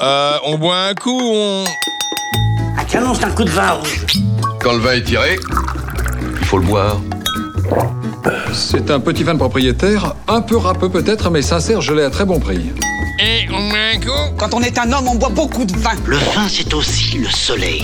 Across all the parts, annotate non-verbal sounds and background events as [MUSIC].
Euh, on boit un coup, on... Ah, tiens, non, c'est un coup de vin rouge. Quand le vin est tiré, il faut le boire. C'est un petit vin de propriétaire, un peu râpeux peut-être, mais sincère, je l'ai à très bon prix. Et on boit un coup Quand on est un homme, on boit beaucoup de vin. Le vin, c'est aussi le soleil.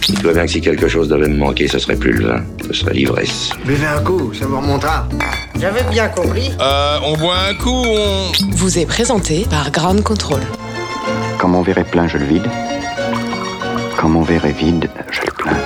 Tu vois bien que si quelque chose devait me manquer, ce serait plus le vin, ce serait l'ivresse. Buvez un coup, ça vous remontera. J'avais bien compris. Euh, on boit un coup, on... vous est présenté par Ground Control. Quand mon verre est plein, je le vide. Quand mon verre est vide, je le plains.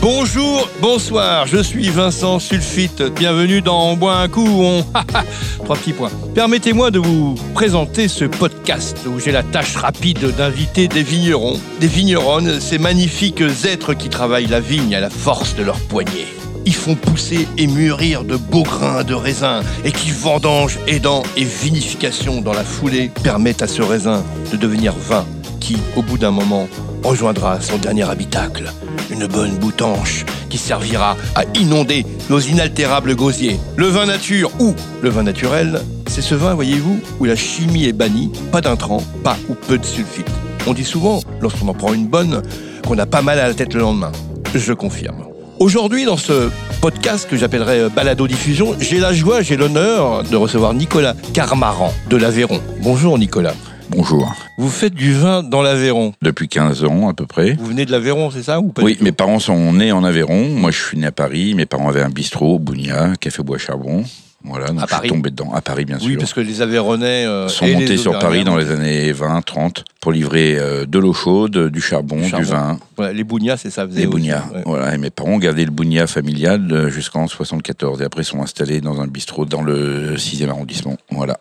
Bonjour, bonsoir, je suis Vincent Sulfite. Bienvenue dans On boit un coup, on. [LAUGHS] Trois petits points. Permettez-moi de vous présenter ce podcast où j'ai la tâche rapide d'inviter des vignerons, des vigneronnes, ces magnifiques êtres qui travaillent la vigne à la force de leurs poignets. Ils font pousser et mûrir de beaux grains de raisin et qui vendangent, aidant et vinification dans la foulée permettent à ce raisin de devenir vin qui, au bout d'un moment, rejoindra son dernier habitacle, une bonne boutanche qui servira à inonder nos inaltérables gosiers. Le vin nature ou le vin naturel, c'est ce vin, voyez-vous, où la chimie est bannie, pas d'intrants, pas ou peu de sulfite. On dit souvent, lorsqu'on en prend une bonne, qu'on a pas mal à la tête le lendemain. Je confirme. Aujourd'hui, dans ce podcast que j'appellerai Balado Diffusion, j'ai la joie, j'ai l'honneur de recevoir Nicolas Carmaran de l'Aveyron. Bonjour Nicolas. Bonjour. Vous faites du vin dans l'Aveyron. Depuis 15 ans à peu près. Vous venez de l'Aveyron, c'est ça ou pas Oui, du tout mes parents sont nés en Aveyron. Moi, je suis né à Paris. Mes parents avaient un bistrot, Bougna, Café Bois Charbon. Voilà, donc À je Paris. suis tombé dedans. À Paris, bien Oui, sûr. parce que les Aveyronnais euh, sont et les montés autres sur Paris dans Aveyronnais, les années 20, 30 pour livrer euh, de l'eau chaude, du charbon, Du du, charbon. vin, voilà, les Bougnas, c'est ça. faisait des aussi, bougnas. ouais. Voilà, et mes parents gardaient le bougna familial euh, jusqu'en 74 et après sont installés dans un bistrot dans le 6e arrondissement. Voilà.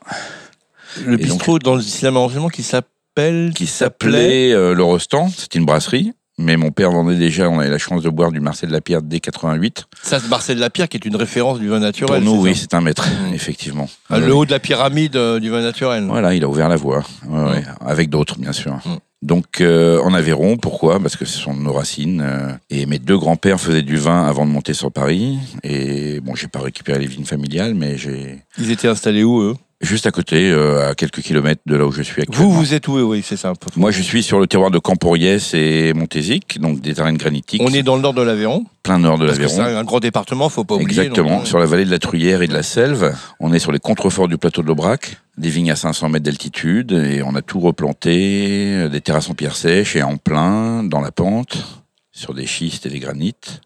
Le Et bistrot dans le système arrangement qui s'appelle qui s'appelait euh, Le Rostand, c'est une brasserie. Mais mon père vendait déjà, on avait la chance de boire du Marcel de la Pierre dès 88. Ça, c'est Marcel de la Pierre, qui est une référence du vin Pour naturel. nous, c'est oui, ça c'est un maître, Mm. effectivement. Ah, Oui. Le haut de la pyramide euh, du vin naturel. Voilà, il a ouvert la voie, Ouais, ouais, avec d'autres, bien sûr. Mm. Donc, euh, en Aveyron, pourquoi Parce que ce sont nos racines. euh, et mes deux grands-pères faisaient du vin avant de monter sur Paris. Et bon, j'ai pas récupéré les vignes familiales, mais j'ai Ils étaient installés où, eux juste à côté, euh, à quelques kilomètres de là où je suis actuellement. Vous, vous êtes où, eux Oui, c'est ça. un peu. Moi, je suis sur le terroir de Camporiès et Montésic, donc des terrains granitiques, On est dans le nord de l'Aveyron. plein nord de Parce que c'est l'Aveyron. un grand département, faut pas oublier. Exactement, donc, euh, sur la vallée de la Truyère et de la Selve. On est sur les contreforts du plateau de l'Aubrac, des vignes à 500 mètres d'altitude, et on a tout replanté, euh, des terrasses en pierre sèche et en plein, dans la pente, sur des schistes et des granites.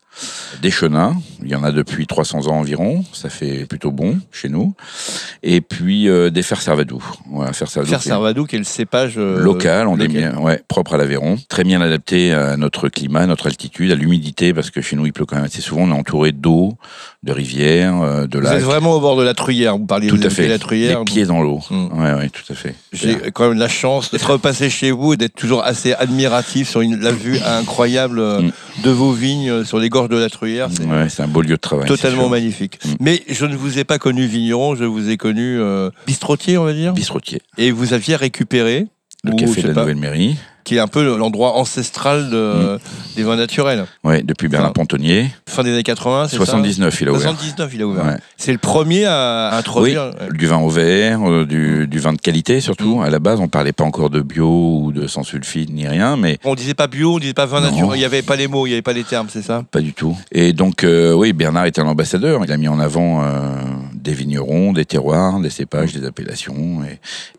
Des chenins, il y en a depuis 300 ans environ, ça fait plutôt bon chez nous. Et puis euh, des fers servadoux. Voilà, fers euh, servadoux, Faire c'est- Sarvadou, qui est le cépage euh, local, on est local. bien, ouais, propre à l'Aveyron, très bien adapté à notre climat, à notre altitude, à l'humidité, parce que chez nous il pleut quand même assez souvent. On est entouré d'eau, de rivières, euh, de Vous êtes lacs. vraiment au bord de la Truyère. Vous parliez Tout vous à évoquez fait. la Truyère. Les donc- pieds dans l'eau. Mm. Ouais, ouais, tout à fait. J'ai quand même la chance d'être passé chez vous et d'être toujours assez admiratif sur une, la [COUGHS] vue incroyable euh, Mm. de vos vignes euh, sur les gorges de la Truyère. C'est Ouais, c'est un beau lieu de travail. totalement magnifique. magnifique. Mm. Mais je ne vous ai pas connu vigneron, je vous ai connu euh, bistrotier, on va dire. Bistrotier, Et vous aviez récupéré le ou je café de sais la pas, Nouvelle Mairie. qui est un peu l'endroit ancestral de- Mm. des vins naturels. Ouais, depuis Berlin Pontonnier, Fin des années 80, c'est ça 79 il a ouvert. 79, il a ouvert. Ouais. C'est le premier à à introduire. euh, ouais. Hmm. Du vin au verre, euh, du, du vin de qualité surtout. À la base, on parlait pas encore de bio ou de sans sulfite ni rien, mais On disait pas bio, on disait pas vin Non. naturel, il n'y avait pas les mots, il n'y avait pas les termes, c'est ça Pas du tout. Et donc, euh, oui, Bernard est un ambassadeur. Il a mis en avant euh, des vignerons, des terroirs, des cépages, des appellations,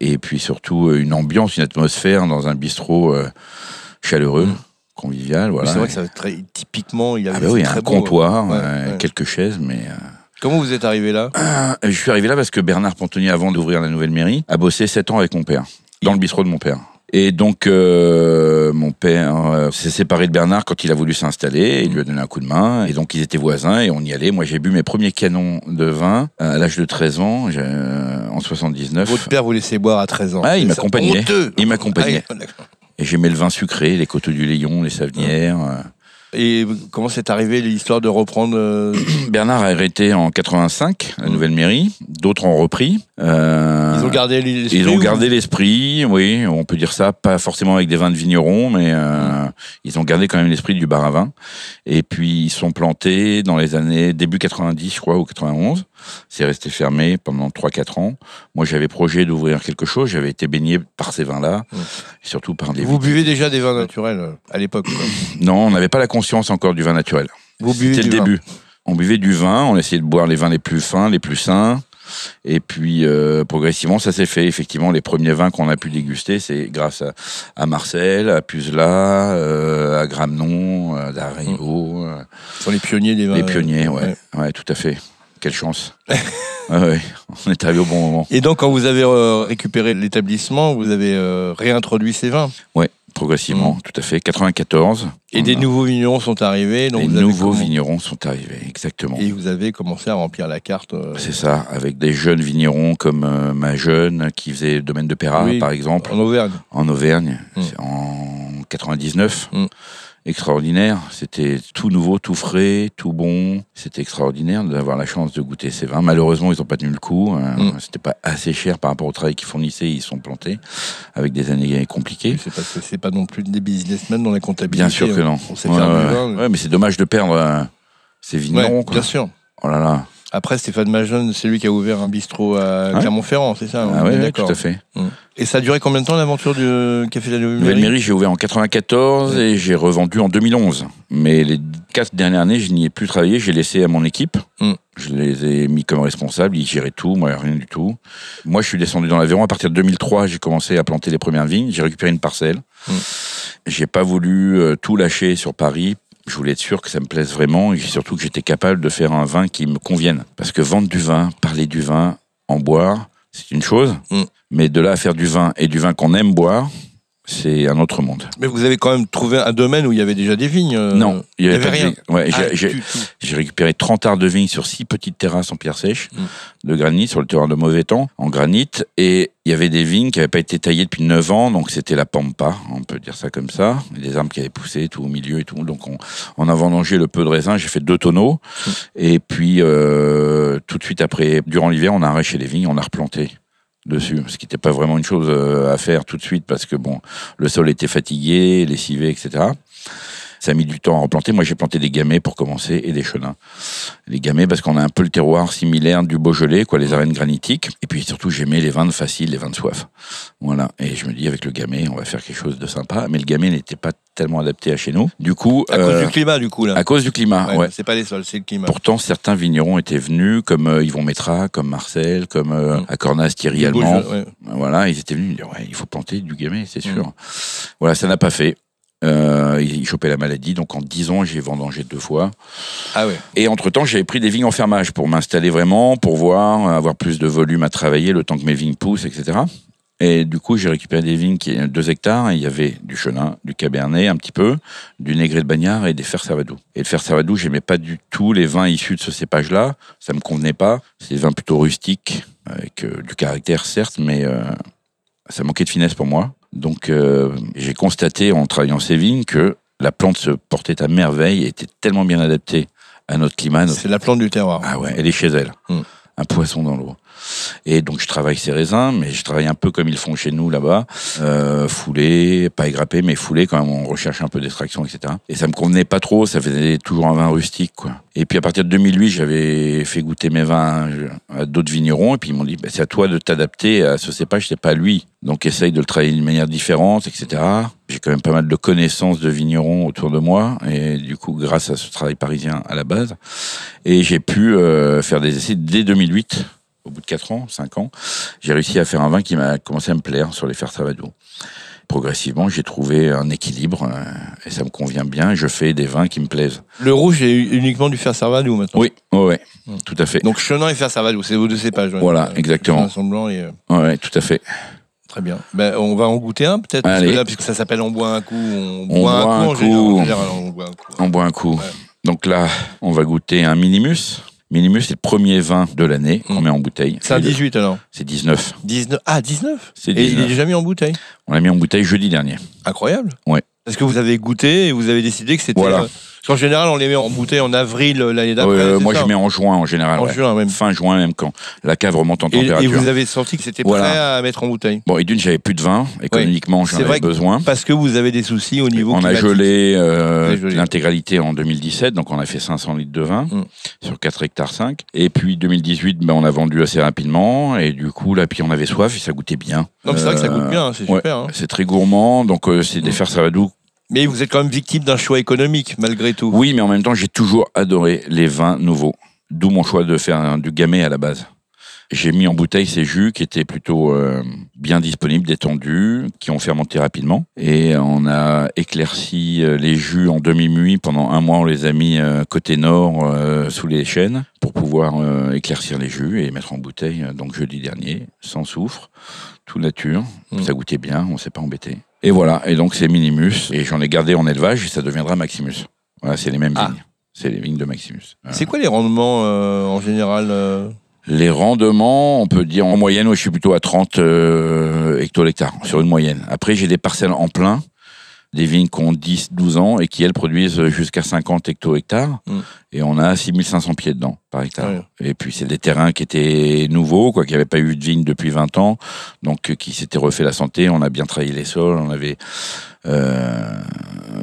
et, et puis surtout euh, une ambiance, une atmosphère dans un bistrot euh, chaleureux, convivial. Voilà. Mm. C'est vrai que ça va être très typiquement, il y Ah avait bah oui, c'est très un beau, ouais. comptoir, Ouais, euh, ouais. quelques chaises, mais euh, Comment vous êtes arrivé là ah, je suis arrivé là parce que Bernard Pontonnier, avant d'ouvrir la nouvelle mairie, a bossé 7 ans avec mon père, dans le bistrot de mon père. Et donc, euh, mon père euh, s'est séparé de Bernard quand il a voulu s'installer. Il lui a donné un coup de main. Et donc, ils étaient voisins et on y allait. Moi, j'ai bu mes premiers canons de vin à l'âge de 13 ans, j'ai- euh, en 79. Votre père vous laissait boire à 13 ans. Ah, il C'est ça. m'accompagnait. Honteux. Il m'accompagnait. Ah, d'accord. Et j'aimais le vin sucré, les coteaux du Léon, les Savenières. euh, Et comment c'est arrivé l'histoire de reprendre euh, Bernard a arrêté en 85, la nouvelle mairie. D'autres ont repris. Euh, Mmh. Ils ont gardé les. ils ont gardé l'esprit, oui, on peut dire ça, pas forcément avec des vins de vignerons, mais euh, ils ont gardé quand même l'esprit du bar à vin. Et puis ils sont plantés dans les années début 90, je crois, ou 91. C'est resté fermé pendant 3-4 ans. Moi, j'avais projet d'ouvrir quelque chose. J'avais été baigné par ces vins-là, Mm. et surtout par des. Vous buvez déjà des vins naturels euh, à l'époque. quoi. Non, on n'avait pas la conscience encore du vin naturel. Vous buvez C'était du le vin. début. On buvait du vin, on essayait de boire les vins les plus fins, les plus sains. Et puis, euh, progressivement, ça s'est fait. Effectivement, les premiers vins qu'on a pu déguster, c'est grâce à, à Marcel, à Puzelat, euh, à Gramnon, à Darigo, euh, Ce sont les pionniers des vins. euh, les pionniers, ouais. ouais. ouais. tout à fait. Quelle chance. [LAUGHS] Ouais, ouais, on est arrivé au bon moment. Et donc, quand vous avez euh, récupéré l'établissement, vous avez euh, réintroduit ces vins. Ouais, progressivement, tout à fait. 94. Mm. Et on des a- nouveaux vignerons sont arrivés. donc les vous avez nouveaux commen- vignerons sont arrivés, exactement. Et vous avez commencé à remplir la carte. euh, C'est ça, avec des jeunes vignerons comme euh, ma jeune qui faisait le domaine de Perra, Oui. par exemple, en Auvergne. en Auvergne, Mm. c'est en 99. Mm. Extraordinaire, c'était tout nouveau, tout frais, tout bon. C'était extraordinaire d'avoir la chance de goûter ces vins. Malheureusement, ils n'ont pas tenu le coup. Euh, Mm. C'était pas assez cher par rapport au travail qu'ils fournissaient. Ils se sont plantés avec des années compliquées. C'est parce que c'est pas non plus des businessmen dans la comptabilité. Bien sûr que non. On sait Ouais, faire ouais. du vin. Ouais, mais c'est dommage de perdre euh, ces vignerons. Ouais, quoi. bien sûr. Oh là là. Après, Stéphane Majeune, c'est lui qui a ouvert un bistrot à Ouais. Clermont-Ferrand, c'est ça hein, on Ah est ouais, ouais, d'accord. tout à fait. Et ça a duré combien de temps l'aventure du euh, Café de la Nouvelle Nouvelle mairie, j'ai ouvert en 94 et j'ai revendu en 2011. Mais les quatre dernières années, je n'y ai plus travaillé. J'ai laissé à mon équipe. Mm. Je les ai mis comme responsables. Ils géraient tout, moi rien du tout. Moi, je suis descendu dans l'Aveyron. À partir de 2003, j'ai commencé à planter les premières vignes. J'ai récupéré une parcelle. Mm. J'ai pas voulu euh, tout lâcher sur Paris. Je voulais être sûr que ça me plaise vraiment et surtout que j'étais capable de faire un vin qui me convienne. Parce que vendre du vin, parler du vin, en boire, c'est une chose. Mm. Mais de là à faire du vin et du vin qu'on aime boire, c'est un autre monde. Mais vous avez quand même trouvé un domaine où il y avait déjà des vignes. euh, non, il y avait, il y pas avait de vigne. Ouais, ah, j'ai- j'ai- du tout. j'ai récupéré 30 arts de vignes sur six petites terrasses en pierre sèche Mm. de granit, sur le terroir de mauvais temps, en granit. Et il y avait des vignes qui n'avaient pas été taillées depuis 9 ans, donc c'était la pampa, on peut dire ça comme ça. Et Des arbres qui avaient poussé tout au milieu et tout. Donc on, on a vendangé le peu de raisin, j'ai fait deux tonneaux. Et puis euh, tout de suite après, durant l'hiver, on a arraché les vignes, on a replanté dessus, ce qui n'était pas vraiment une chose euh, à faire tout de suite parce que bon, le sol était fatigué, lessivé, etc. Ça a mis du temps à replanter. Moi, j'ai planté des gamets pour commencer et des chenins. Les gamets parce qu'on a un peu le terroir similaire du Beaujolais, quoi, les arènes granitiques. Et puis surtout, j'aimais les vins de facile, les vins de soif. Voilà. Et je me dis, avec le gamet, on va faire quelque chose de sympa. Mais le gamet n'était pas tellement adapté à chez nous. Du coup, À euh, cause du climat, du coup, là. à cause du climat, Ouais, ouais. C'est pas les sols, c'est le climat. Pourtant, certains vignerons étaient venus, comme euh, Yvon Métra, comme Marcel, comme euh, Mm. Acornas, Thierry Du beau Allemand. jeu, ouais. Mm. Voilà, ils étaient venus me dire ouais, il faut planter du gamay, c'est sûr. Voilà, ça n'a pas fait. Euh, il chopait la maladie, donc en 10 ans, j'ai vendangé deux fois. Ah ouais. Et entre-temps, j'avais pris des vignes en fermage pour m'installer vraiment, pour voir, avoir plus de volume à travailler le temps que mes vignes poussent, etc. Et du coup, j'ai récupéré des vignes qui 2 hectares, et il y avait du chenin, du cabernet un petit peu, du négré de bagnard et des fers savadou. Et le fer savadou, j'aimais pas du tout les vins issus de ce cépage-là, ça me convenait pas. C'est des vins plutôt rustiques, avec euh, du caractère certes, mais euh, ça manquait de finesse pour moi. Donc euh, j'ai constaté en travaillant ces vignes que la plante se portait à merveille et était tellement bien adaptée à notre climat, à notre C'est la plante du terroir. ah ouais, elle est chez elle. Hmm. Un poisson dans l'eau. Et donc je travaille ces raisins, mais je travaille un peu comme ils font chez nous là-bas, euh, foulé, pas égrappé, mais foulé quand même, on recherche un peu d'extraction, etc. Et ça me convenait pas trop, ça faisait toujours un vin rustique, quoi. Et puis à partir de 2008, j'avais fait goûter mes vins à d'autres vignerons, et puis ils m'ont dit, Bah, c'est à toi de t'adapter à ce cépage, c'est pas à lui. Donc essaye de le travailler d'une manière différente, etc. J'ai quand même pas mal de connaissances de vignerons autour de moi, et du coup, grâce à ce travail parisien à la base, et j'ai pu euh, faire des essais dès 2008, au bout de 4 ans, 5 ans. J'ai réussi à faire un vin qui m'a commencé à me plaire sur les fers Travado. Progressivement, j'ai trouvé un équilibre euh, et ça me convient bien. Je fais des vins qui me plaisent. Le rouge est uniquement du fer Savadou maintenant. Oui, ouais, ouais, Mm, tout à fait. Donc Chenin et fer Savadou, c'est vos deux cépages. ouais. Voilà, Euh, exactement. Chenin sont blancs et euh, Ouais, ouais, tout à fait. très bien. Ben, on va en goûter un peut-être parce que Allez. là, puisque ça s'appelle on boit un coup, on, boit un coup, en général, en général, on boit un coup. On boit un coup. Ouais. Donc là, on va goûter un Minimus. Minimus, c'est le premier vin de l'année qu'on Mm. met en bouteille. C'est un 18 alors. C'est 19. 19. Ah 19. C'est Et il est 19. déjà mis en bouteille. On l'a mis en bouteille jeudi dernier. Incroyable. Ouais. Parce que vous avez goûté et vous avez décidé que c'était Voilà. euh, En général, on les met en bouteille en avril euh, l'année d'après. Euh, c'est moi, ça je mets en juin en général. En ouais. juin, même. Fin juin, même quand la cave remonte en Et, et température. vous avez senti que c'était prêt Voilà. à mettre en bouteille. Bon, et d'une, j'avais plus de vin. Économiquement, C'est j'en avais vrai que- besoin. Parce que vous avez des soucis au niveau. Hein On a climatique. gelé euh, Vous avez gelé. l'intégralité en 2017, donc on a fait 500 litres de vin Mm. sur 4 hectares 5. Et puis 2018, ben, on a vendu assez rapidement. Et du coup, là, puis on avait soif et ça goûtait bien. Non, mais c'est vrai que ça Euh, goûte bien, c'est ouais, super. hein. Mm. C'est très gourmand, donc euh, c'est des fers Savadou. Mais vous êtes quand même victime d'un choix économique, malgré tout. Oui, mais en même temps, j'ai toujours adoré les vins nouveaux. D'où mon choix de faire un- du gamay à la base. J'ai mis en bouteille ces jus qui étaient plutôt euh, bien disponibles, détendus, qui ont fermenté rapidement. Et on a éclairci euh, les jus en demi-muit. Pendant un mois, on les a mis euh, côté nord, euh, sous les chênes, pour pouvoir euh, éclaircir les jus et mettre en bouteille. euh, Donc jeudi dernier, sans soufre, tout nature. Mm. Ça goûtait bien, on s'est pas embêté. Et voilà, et donc c'est Minimus. Et j'en ai gardé en élevage et ça deviendra Maximus. Voilà, c'est les mêmes Ah. vignes. C'est les vignes de Maximus. Voilà. C'est quoi les rendements euh, en général euh, Les rendements, on peut dire en moyenne, ouais, je suis plutôt à 30 euh, hectolactares sur une moyenne. Après, j'ai des parcelles en plein, des vignes qui ont 10, 12 ans et qui, elles, produisent jusqu'à 50 hectolactares. Mm. Et on a 6500 pieds dedans par hectare. Ouais. Et puis, c'est des terrains qui étaient nouveaux, quoi, qui n'avaient pas eu de vignes depuis 20 ans, donc euh, qui s'étaient refait la santé. On a bien travaillé les sols, on avait euh,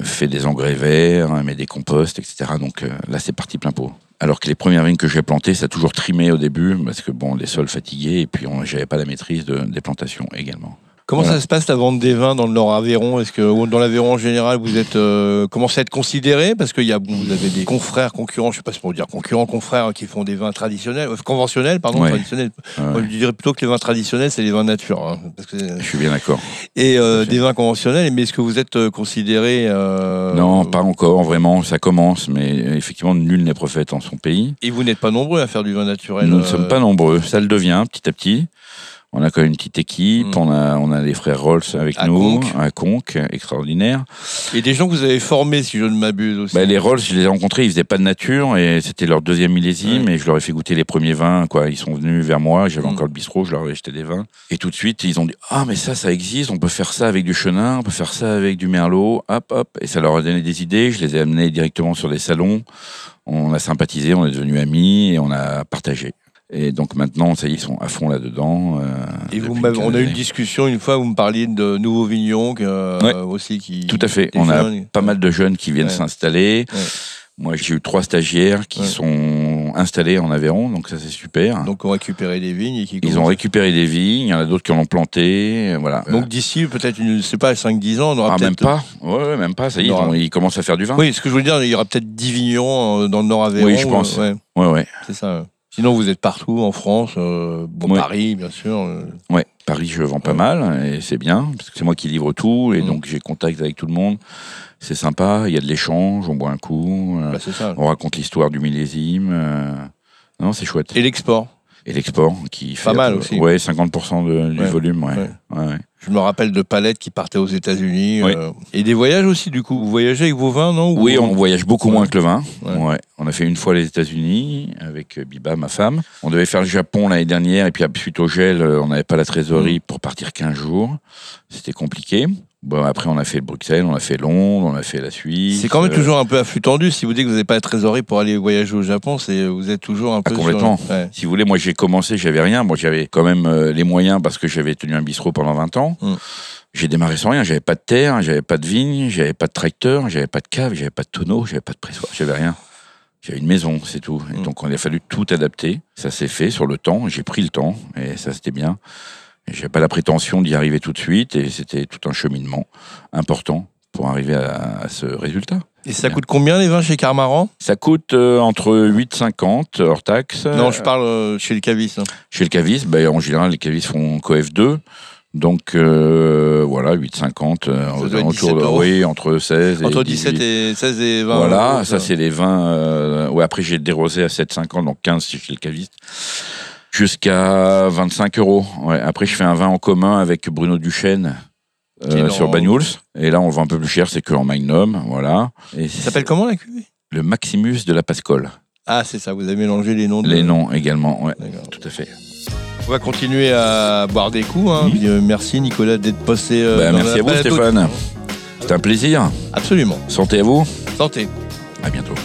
fait des engrais verts, hein, mais des composts, etc. Donc euh, là, c'est parti plein pot. Alors que les premières vignes que j'ai plantées, ça a toujours trimé au début, parce que bon, les sols fatigués, et puis on- j'avais pas la maîtrise de- des plantations également. Comment Voilà. ça se passe la vente des vins dans le Nord Aveyron Est-ce que ou dans l'Aveyron en général, vous êtes euh, commencez à être considéré parce qu'il y a bon, vous avez des confrères, concurrents, je sais pas si on peut dire concurrents, confrères qui font des vins traditionnels, euh, conventionnels, pardon, Ouais. traditionnels. Euh, Moi, je dirais plutôt que les vins traditionnels, c'est les vins nature. hein, parce que- je suis bien d'accord. et euh, Tout à fait. des vins conventionnels. Mais est-ce que vous êtes euh, considéré euh, Non, pas encore, vraiment, ça commence, mais euh, effectivement, nul n'est prophète en son pays. Et vous n'êtes pas nombreux à faire du vin naturel. Nous ne euh, sommes pas nombreux, ça le devient petit à petit. On a quand même une petite équipe, Mm. on, a, on a les frères Rolls avec À nous, Conques. à Conques, extraordinaire. Et des gens que vous avez formés, si je ne m'abuse aussi. Bah, les Rolls, je les ai rencontrés, ils faisaient pas de nature et c'était leur deuxième millésime et je leur ai fait goûter les premiers vins. Quoi. Ils sont venus vers moi, j'avais Mm. encore le bistrot, je leur ai jeté des vins. Et tout de suite, ils ont dit Ah, mais ça, ça existe, on peut faire ça avec du chenin, on peut faire ça avec du merlot, hop, hop. Et ça leur a donné des idées, je les ai amenés directement sur des salons. On a sympathisé, on est devenus amis et on a partagé. Et donc maintenant, ça y est, ils sont à fond là-dedans. euh, Et vous depuis m'avez- on a eu quinzaine. une discussion une fois, vous me parliez de nouveaux vignerons euh, Ouais. aussi qui. Tout à fait. des On a jeunes. pas mal de jeunes qui viennent Ouais. s'installer. Ouais. Moi, j'ai eu trois stagiaires qui Ouais. sont installés en Aveyron, donc ça c'est super. Donc, on récupéré des vignes et qui. ils ont récupéré des vignes, il y en a d'autres qui en ont planté, voilà. Donc, d'ici peut-être, une- je sais pas, 5-10 ans, on aura ah, peut-être. même pas. Ouais, ouais, même pas. Ça y est, ils, On aura- ont- ils commencent à faire du vin. Oui, ce que je voulais dire, il y aura peut-être 10 vignerons euh, dans le Nord Aveyron. Oui, je euh, pense. ouais, Ouais, ouais, c'est ça. ouais. Sinon, vous êtes partout en France, euh, bon, Ouais. Paris, bien sûr. euh. ouais. Paris, je vends pas mal et c'est bien parce que c'est moi qui livre tout et Mm. donc j'ai contact avec tout le monde. C'est sympa. Il y a de l'échange, on boit un coup, euh, Bah, c'est ça. on raconte l'histoire du millésime. euh, Non, c'est chouette. Et l'export. Et l'export qui fait. Pas mal à peu- aussi. Ouais, 50% de- du Ouais. volume, ouais. Ouais. Ouais, ouais. Je me rappelle de palettes qui partaient aux États-Unis. Oui. euh, Et des voyages aussi, du coup. Vous voyagez avec vos vins, non Ou Oui, vous- on voyage beaucoup Ouais. moins que le vin. Ouais. Ouais. On a fait une fois les États-Unis avec euh, Biba, ma femme. On devait faire le Japon l'année dernière et puis ah, suite au gel, euh, on n'avait pas la trésorerie Mm. pour partir 15 jours. C'était compliqué. Bon, après, on a fait le Bruxelles, on a fait Londres, on a fait la Suisse. C'est quand même euh, toujours un peu à flux tendu. Si vous dites que vous n'avez pas la trésorerie pour aller voyager au Japon, c'est vous êtes toujours un peu. sur- Ah, complètement. Ouais. Si vous voulez, moi j'ai commencé, j'avais rien. Moi j'avais quand même euh, les moyens parce que j'avais tenu un bistrot pendant 20 ans. Mm. J'ai démarré sans rien, j'avais pas de terre, j'avais pas de vigne, j'avais pas de tracteur, j'avais pas de cave, j'avais pas de tonneau, j'avais pas de pressoir, j'avais rien. J'avais une maison, c'est tout. Et Mm. donc il a fallu tout adapter. Ça s'est fait sur le temps, j'ai pris le temps et ça c'était bien. Et J'avais pas la prétention d'y arriver tout de suite et c'était tout un cheminement important pour arriver à- à ce résultat. Et ça bien. coûte combien les vins chez Carmaran Ça coûte euh, entre 8,50 hors taxe. Non, je parle euh, chez le caviste. hein. Chez le caviste, ben, en général, les cavistes font COF 2. Donc euh, voilà, 8,50 euh, Ça aux doit être alentours 17 de- euros. Oui, entre 16 et Entre 17 18. et 16 et 20. Voilà, euros, ça c'est les vins. euh, ouais, après j'ai des rosés à 7,50, donc 15 chez le caviste. Jusqu'à 25 euros. Ouais, après je fais un vin en commun avec Bruno Duchesne euh, Qui est dans- sur Bagnouls. Et là on vend un peu plus cher, c'est que en Magnum, voilà. Et Ça s'appelle comment la cuvée le Maximus de la Pascole. Ah, c'est ça, vous avez mélangé les noms. de- Les noms également, ouais, D'accord. tout à fait. On va continuer à boire des coups. hein. Mhm. Puis, euh, merci Nicolas d'être passé. euh, Bah, dans merci la hein. à vous balado. Stéphane. C'est un plaisir. Absolument. Santé à vous. Santé. À bientôt.